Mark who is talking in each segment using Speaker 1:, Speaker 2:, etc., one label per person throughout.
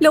Speaker 1: Lo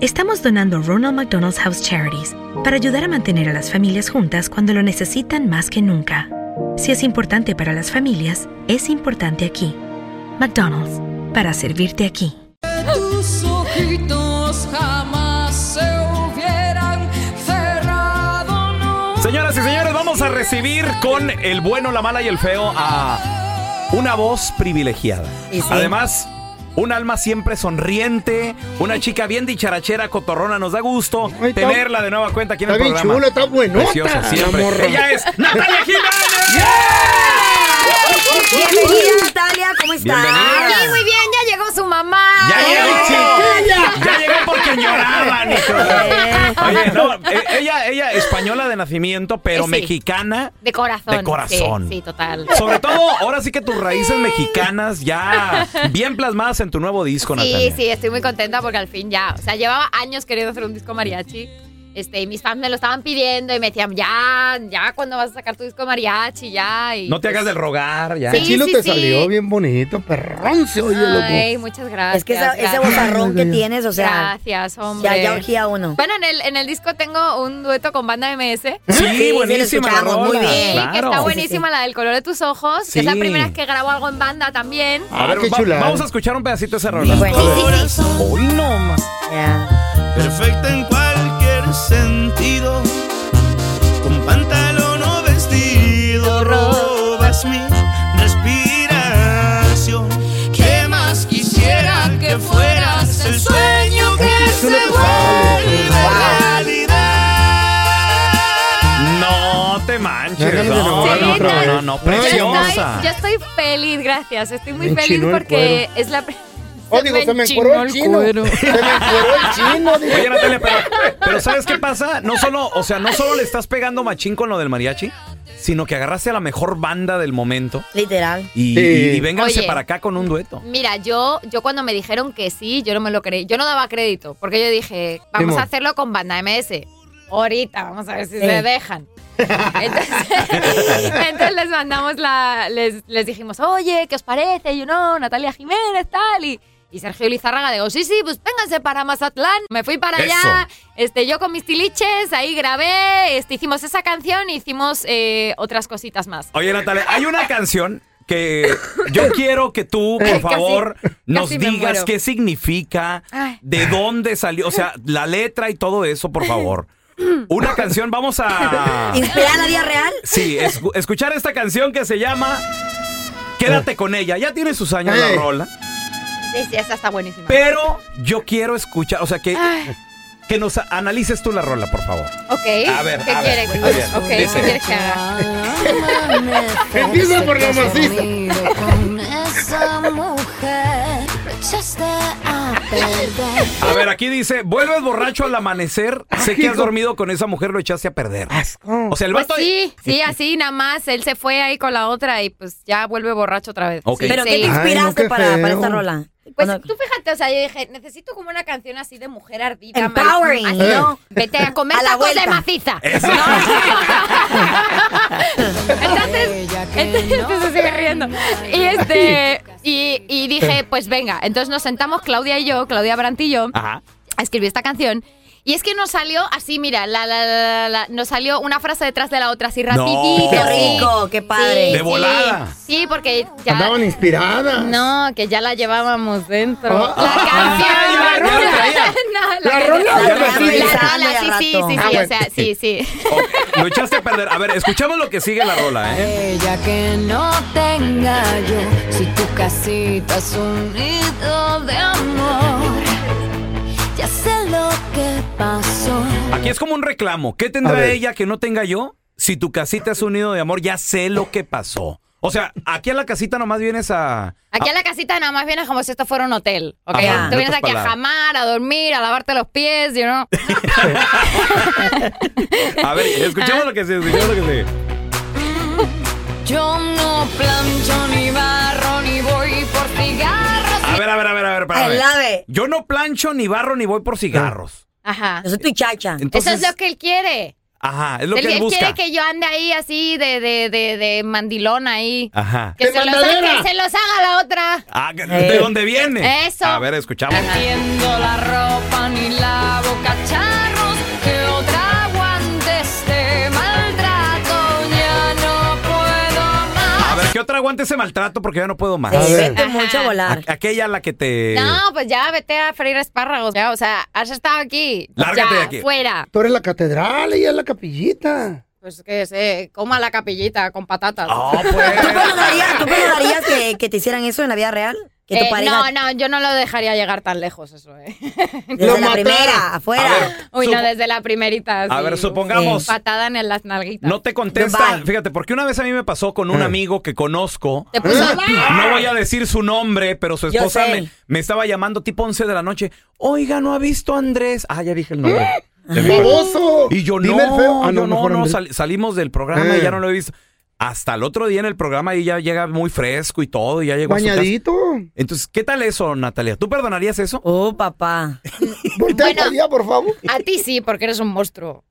Speaker 2: estamos donando Ronald McDonald's House Charities para ayudar a mantener a las familias juntas cuando lo necesitan más que nunca. Si es importante para las familias, es importante aquí. McDonald's, para servirte aquí.
Speaker 3: Tus ojitos jamás se hubieran cerrado, no.
Speaker 4: Señoras y señores, vamos a recibir con el bueno, la mala y el feo a una voz privilegiada. Además, un alma siempre sonriente, una chica bien dicharachera, cotorrona, nos da gusto
Speaker 5: Ay, está-
Speaker 4: tenerla de nueva cuenta aquí en el
Speaker 5: Está bien
Speaker 4: programa.
Speaker 5: chula, está buenota.
Speaker 4: Preciosa siempre.
Speaker 5: La morra.
Speaker 4: Ella es Natalia Jiménez.
Speaker 6: Bienvenida, Natalia, ¿cómo estás?
Speaker 4: Bienvenida.
Speaker 7: Sí, muy bien, ya llegó su mamá.
Speaker 4: Ya llegó,
Speaker 5: chiquilla!
Speaker 4: Ya llegó porque lloraban. hijo.
Speaker 6: Eh,
Speaker 4: Oye, no, eh, ella, ella española de nacimiento,
Speaker 5: Eh,
Speaker 4: pero
Speaker 7: Sí.
Speaker 4: mexicana.
Speaker 7: De corazón.
Speaker 4: De corazón.
Speaker 7: Sí, sí, total.
Speaker 4: Sobre todo, ahora sí que tus raíces mexicanas ya bien plasmadas en tu nuevo disco,
Speaker 7: Sí,
Speaker 4: Natalia.
Speaker 7: sí, estoy muy contenta porque al fin ya, o sea, llevaba años queriendo hacer un disco mariachi. Este, y mis fans me lo estaban pidiendo y me decían, ya, ya, ¿cuándo vas a sacar tu disco mariachi? Ya. Y pues,
Speaker 4: No te hagas del rogar, ya.
Speaker 5: El
Speaker 7: Sí,
Speaker 5: chilo
Speaker 7: sí,
Speaker 5: te
Speaker 7: sí.
Speaker 5: salió bien bonito, perrón se oye, loco.
Speaker 7: Ay, muchas gracias.
Speaker 6: es que esa- ese
Speaker 7: gracias.
Speaker 6: bozarrón que tienes, o sea,
Speaker 7: Gracias,
Speaker 6: ya,
Speaker 7: hombre.
Speaker 6: ya urgía uno.
Speaker 7: Bueno, en el, en el disco tengo un dueto con banda MS.
Speaker 4: Sí,
Speaker 6: Sí, sí,
Speaker 4: buenísima
Speaker 6: lo
Speaker 4: la
Speaker 6: escuchamos, muy
Speaker 4: rola,
Speaker 6: bien.
Speaker 7: Sí, que está
Speaker 4: claro.
Speaker 7: buenísima la del color de tus ojos, que es la
Speaker 4: Sí.
Speaker 7: primera vez que grabo algo en banda también.
Speaker 4: A ver,
Speaker 5: Ah, qué
Speaker 4: va-
Speaker 5: chulada.
Speaker 4: vamos a escuchar un pedacito de ese rola.
Speaker 6: Bueno.
Speaker 4: Hoy no más.
Speaker 6: Ya.
Speaker 8: perfecta en cualquier sentido. Con pantalón o vestido robas mi respiración. ¿Qué más quisiera que fueras el sueño que se vuelve realidad?
Speaker 4: No te manches.
Speaker 5: Me dan ganas de
Speaker 4: No,
Speaker 5: enamorar
Speaker 4: no,
Speaker 7: otra
Speaker 4: no,
Speaker 7: vez.
Speaker 4: no, no,
Speaker 5: Ay,
Speaker 7: Yo estoy,
Speaker 4: preciosa.
Speaker 7: yo estoy feliz, gracias. Estoy muy
Speaker 5: Me
Speaker 7: feliz
Speaker 5: enchinó el
Speaker 7: porque es la. pri-
Speaker 5: Oh, digo, se me encueró el chino. Se me encueró el chino, digo.
Speaker 4: Oye, Natalia, pero, pero ¿sabes qué pasa? No solo, o sea, no solo le estás pegando machín con lo del mariachi, sino que agarraste a la mejor banda del momento
Speaker 6: Literal.
Speaker 4: y,
Speaker 5: Sí.
Speaker 4: y- y vénganse
Speaker 7: Oye.
Speaker 4: para acá con un dueto.
Speaker 7: Mira, yo, yo cuando me dijeron que sí, yo no me lo creí. Yo no daba crédito porque yo dije, vamos
Speaker 5: Simón.
Speaker 7: a hacerlo con banda MS. Ahorita, vamos a ver si
Speaker 6: Sí.
Speaker 4: Eh.
Speaker 7: se dejan. Entonces, entonces les mandamos la. Les, les dijimos, oye, ¿qué os parece? You know, Natalia Jiménez, tal. Y, y Sergio Lizárraga digo, sí, sí, pues vénganse para Mazatlán. Me fui para
Speaker 4: Eso.
Speaker 7: allá. Este, yo con mis tiliches, ahí grabé. Este, hicimos esa canción y hicimos eh, otras cositas más.
Speaker 4: Oye, Natalia, hay una canción que yo quiero que tú, por
Speaker 7: Casi-
Speaker 4: favor, nos
Speaker 7: casi me
Speaker 4: digas
Speaker 7: muero.
Speaker 4: qué significa,
Speaker 7: Ay.
Speaker 4: de dónde salió, o sea, la letra y todo eso, por favor. Una canción, vamos a...
Speaker 6: ¿Inspirada en la vida real?
Speaker 4: Sí, es- escuchar esta canción que se llama Quédate con ella. Ya tiene sus años la
Speaker 5: Ey.
Speaker 4: rola,
Speaker 7: Sí, sí, esa está buenísima.
Speaker 4: pero yo quiero escuchar, o sea, que, que nos analices tú la rola, por favor.
Speaker 7: Ok.
Speaker 4: A ver,
Speaker 7: ¿Qué
Speaker 4: a ver,
Speaker 7: quiere?
Speaker 4: a ver,
Speaker 7: Ok, ¿qué
Speaker 4: dice.
Speaker 7: quieres que haga?
Speaker 5: Empieza por la maciza.
Speaker 4: A ver, aquí dice, vuelves borracho al amanecer, sé que has dormido con esa mujer, lo echaste a perder. O sea, el
Speaker 7: Pues
Speaker 4: vato...
Speaker 7: sí, sí, así nada más. Él se fue ahí con la otra y pues ya vuelve borracho otra vez.
Speaker 4: Ok.
Speaker 7: Sí,
Speaker 6: ¿Pero
Speaker 7: sí.
Speaker 6: qué te
Speaker 5: Ay, no,
Speaker 6: inspiraste
Speaker 5: qué
Speaker 6: para, para
Speaker 5: feo.
Speaker 6: esta rola?
Speaker 7: Pues
Speaker 6: Cuando-
Speaker 7: tú fíjate, o sea, yo dije, necesito como una canción así de mujer ardida.
Speaker 6: Empowering,
Speaker 7: maricón, así,
Speaker 5: ¿no?
Speaker 7: Vete a comer
Speaker 6: A la
Speaker 7: tacos de
Speaker 6: vuelta.
Speaker 7: maciza.
Speaker 4: Eso.
Speaker 7: No, este, pues venga. Entonces nos sentamos Claudia y yo, Claudia Brantillo,
Speaker 4: Ajá.
Speaker 7: a escribir esta canción. Y es que nos salió así, mira, la, la, la, la, la, nos salió una frase detrás de la otra, así rapidito.
Speaker 6: Qué
Speaker 7: así.
Speaker 6: rico, qué padre.
Speaker 4: De volada.
Speaker 7: Sí, porque ya...
Speaker 5: Andaban inspiradas.
Speaker 7: No, que ya la llevábamos dentro.
Speaker 5: Ah,
Speaker 7: la
Speaker 5: ah,
Speaker 7: canción,
Speaker 4: ah, ya,
Speaker 7: la
Speaker 4: ya lo
Speaker 7: rola.
Speaker 4: traía.
Speaker 7: No,
Speaker 5: La
Speaker 7: canción.
Speaker 5: rola,
Speaker 6: ya
Speaker 7: La
Speaker 6: lo traía.
Speaker 7: rola, sí, sí, sí, sí,
Speaker 5: Ah,
Speaker 7: o
Speaker 5: bueno.
Speaker 7: sea, sí, sí.
Speaker 4: Ok, Lo echaste a perder. A ver, escuchamos lo que sigue la rola, ¿eh?
Speaker 3: Ella que no tenga yo, si tu casita es un nido de amor. Ya sé lo que pasó.
Speaker 4: Aquí es como un reclamo. ¿Qué tendrá
Speaker 5: ver.
Speaker 4: ella que no tenga yo? Si tu casita es un nido de amor, ya sé lo que pasó. O sea, aquí a la casita nomás vienes a...
Speaker 7: Aquí a la casita nada más vienes como si esto fuera un hotel. ¿ok?
Speaker 4: Ajá,
Speaker 7: Tú
Speaker 4: en
Speaker 7: vienes
Speaker 4: otras
Speaker 7: aquí a
Speaker 4: palabras.
Speaker 7: jamar, a dormir, a lavarte los pies, you know.
Speaker 4: A ver, escuchemos lo que sigue, escuchemos lo que sigue.
Speaker 3: Yo no plancho ni barro ni voy por cigarros.
Speaker 4: A ver, a ver, a ver, a ver, para
Speaker 6: I
Speaker 4: ver.
Speaker 6: love it.
Speaker 4: Yo no plancho ni barro ni voy por cigarros.
Speaker 7: Ajá.
Speaker 6: Yo soy tu chacha.
Speaker 4: Entonces,
Speaker 7: Eso es lo que él quiere.
Speaker 4: Ajá, es lo
Speaker 7: él
Speaker 4: que él
Speaker 7: él
Speaker 4: busca.
Speaker 7: quiere que yo ande ahí así de, de, de, de mandilón ahí.
Speaker 4: Ajá.
Speaker 7: Que
Speaker 5: ¡De
Speaker 7: se, los,
Speaker 5: mandadera!
Speaker 7: que se los haga la otra.
Speaker 4: Ah, ¿De dónde viene?
Speaker 7: Eso.
Speaker 4: A ver, escuchamos.
Speaker 3: Tiendo la ropa ni lavo cacharros. Que otra aguante este maltrato. Ya no puedo más.
Speaker 4: A ver, ¿qué otra aguante ese maltrato? Porque ya no puedo más.
Speaker 5: A ver.
Speaker 6: Vete mucho a volar.
Speaker 4: A- Aquella la que te...
Speaker 7: No, pues ya vete a freír espárragos. Ya, o sea, has estado aquí.
Speaker 4: Lárgate
Speaker 7: ya,
Speaker 4: de aquí.
Speaker 7: Fuera.
Speaker 5: Tú eres la catedral, ella es la capillita.
Speaker 7: Pues que se coma la capillita con patatas.
Speaker 4: Oh,
Speaker 6: ¿Tú
Speaker 4: pues.
Speaker 6: perdonarías, tú perdonarías que, que te hicieran eso en la vida real? Que tu
Speaker 7: Eh,
Speaker 6: pareja
Speaker 7: no, no, yo no lo dejaría llegar tan lejos, eso, eh.
Speaker 6: desde
Speaker 5: Lo
Speaker 6: la
Speaker 5: matara.
Speaker 6: primera, afuera.
Speaker 4: A ver,
Speaker 7: Uy,
Speaker 4: supo-
Speaker 7: no, desde la primerita.
Speaker 4: A
Speaker 7: sí.
Speaker 4: ver, supongamos.
Speaker 7: Patada en las nalguitas.
Speaker 4: No te contesta.
Speaker 6: Goodbye.
Speaker 4: Fíjate, porque una vez a mí me pasó con
Speaker 5: Mm.
Speaker 4: un amigo que conozco.
Speaker 7: Te ¡Ah! puso
Speaker 4: ¿Eh? No voy a decir su nombre, pero su
Speaker 6: Yo
Speaker 4: esposa
Speaker 6: sé.
Speaker 4: me, me estaba llamando tipo 11 de la noche. Oiga, ¿no ha visto a Andrés? Ah, ya dije el nombre. Ya dije el nombre.
Speaker 5: ¿Eh? ¡Baboso!
Speaker 4: Y yo
Speaker 5: Dime el
Speaker 4: no,
Speaker 5: feo. Ah,
Speaker 4: yo no,
Speaker 5: mejor
Speaker 4: no,
Speaker 5: Andrés.
Speaker 4: sal- salimos del programa y
Speaker 5: Eh.
Speaker 4: ya no lo he visto. Hasta el otro día en el programa y ya llega muy fresco y todo, y ya llegó a su casa.
Speaker 5: Bañadito.
Speaker 4: Entonces, ¿qué tal eso, Natalia? ¿Tú perdonarías eso?
Speaker 6: Oh, papá.
Speaker 5: Voltea
Speaker 7: Bueno.
Speaker 5: para allá, por favor.
Speaker 7: A ti sí, porque eres un monstruo.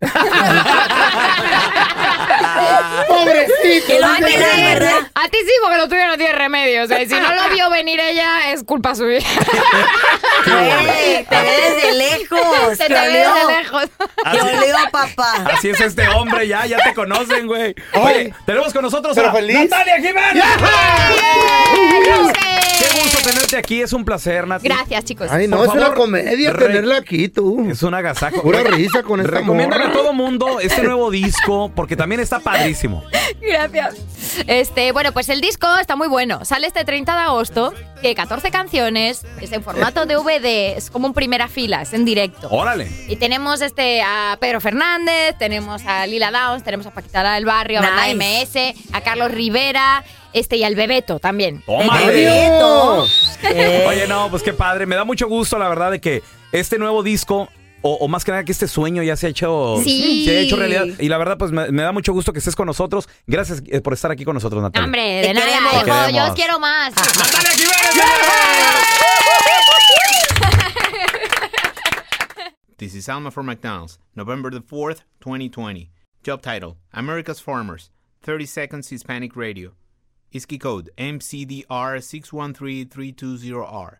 Speaker 5: Pobrecito.
Speaker 6: Que lo
Speaker 5: dice
Speaker 6: haga,
Speaker 5: que-
Speaker 6: la verdad.
Speaker 7: A ti sí, porque lo tuyo no tiene remedio. O sea, si no lo vio venir ella, es culpa suya.
Speaker 6: Ey, te ve desde lejos.
Speaker 7: Se
Speaker 6: Te
Speaker 7: te ve
Speaker 6: olió.
Speaker 7: de lejos.
Speaker 6: Te olió, papá.
Speaker 4: Así es este hombre, ya, ya te conocen, güey.
Speaker 5: Ay.
Speaker 4: Oye, tenemos con nosotros
Speaker 5: Pero
Speaker 4: a
Speaker 5: feliz.
Speaker 4: Natalia Jiménez. Qué gusto
Speaker 7: Gracias.
Speaker 4: tenerte aquí, es un placer, Nat.
Speaker 7: Gracias, chicos.
Speaker 5: Ay, no,
Speaker 4: Por
Speaker 5: es una
Speaker 4: favor,
Speaker 5: comedia
Speaker 4: re-
Speaker 5: tenerla aquí, tú.
Speaker 4: Es un agasajo.
Speaker 5: Pura risa con esta
Speaker 4: Recomiéndale a
Speaker 5: morra.
Speaker 4: todo mundo este nuevo disco porque también está padrísimo.
Speaker 7: Gracias. Este, bueno, pues el disco está muy bueno. Sale este 30 de agosto, que 14 canciones, es en formato DVD, es como en primera fila, es en directo.
Speaker 6: Oh.
Speaker 4: Órale.
Speaker 7: Y tenemos este a Pedro Fernández, tenemos a Lila Downs, tenemos a Paquita la del Barrio, a Banda
Speaker 6: Nice.
Speaker 7: MS, a Carlos Rivera, este y al Bebeto también.
Speaker 6: Oh.
Speaker 4: Tómale.
Speaker 6: Adiós.
Speaker 4: Oye, no, pues qué padre. Me da mucho gusto, la verdad, de que este nuevo disco. O, o más que nada que este sueño ya se ha hecho
Speaker 7: Sí.
Speaker 4: se ha hecho realidad y la verdad pues me, me da mucho gusto que estés con nosotros gracias eh, por estar aquí con nosotros Natalia
Speaker 7: Hombre,
Speaker 6: Te
Speaker 7: de nada,
Speaker 6: queremos. Ah.
Speaker 7: hijo,
Speaker 4: Te queremos.
Speaker 7: yo os quiero más.
Speaker 4: Natalia Jiménez señores!
Speaker 9: This is Alma for McDonald's, November the 4th, 2020. Job title America's Farmers, 30 Seconds Hispanic Radio. ISKI code MCDR613320R.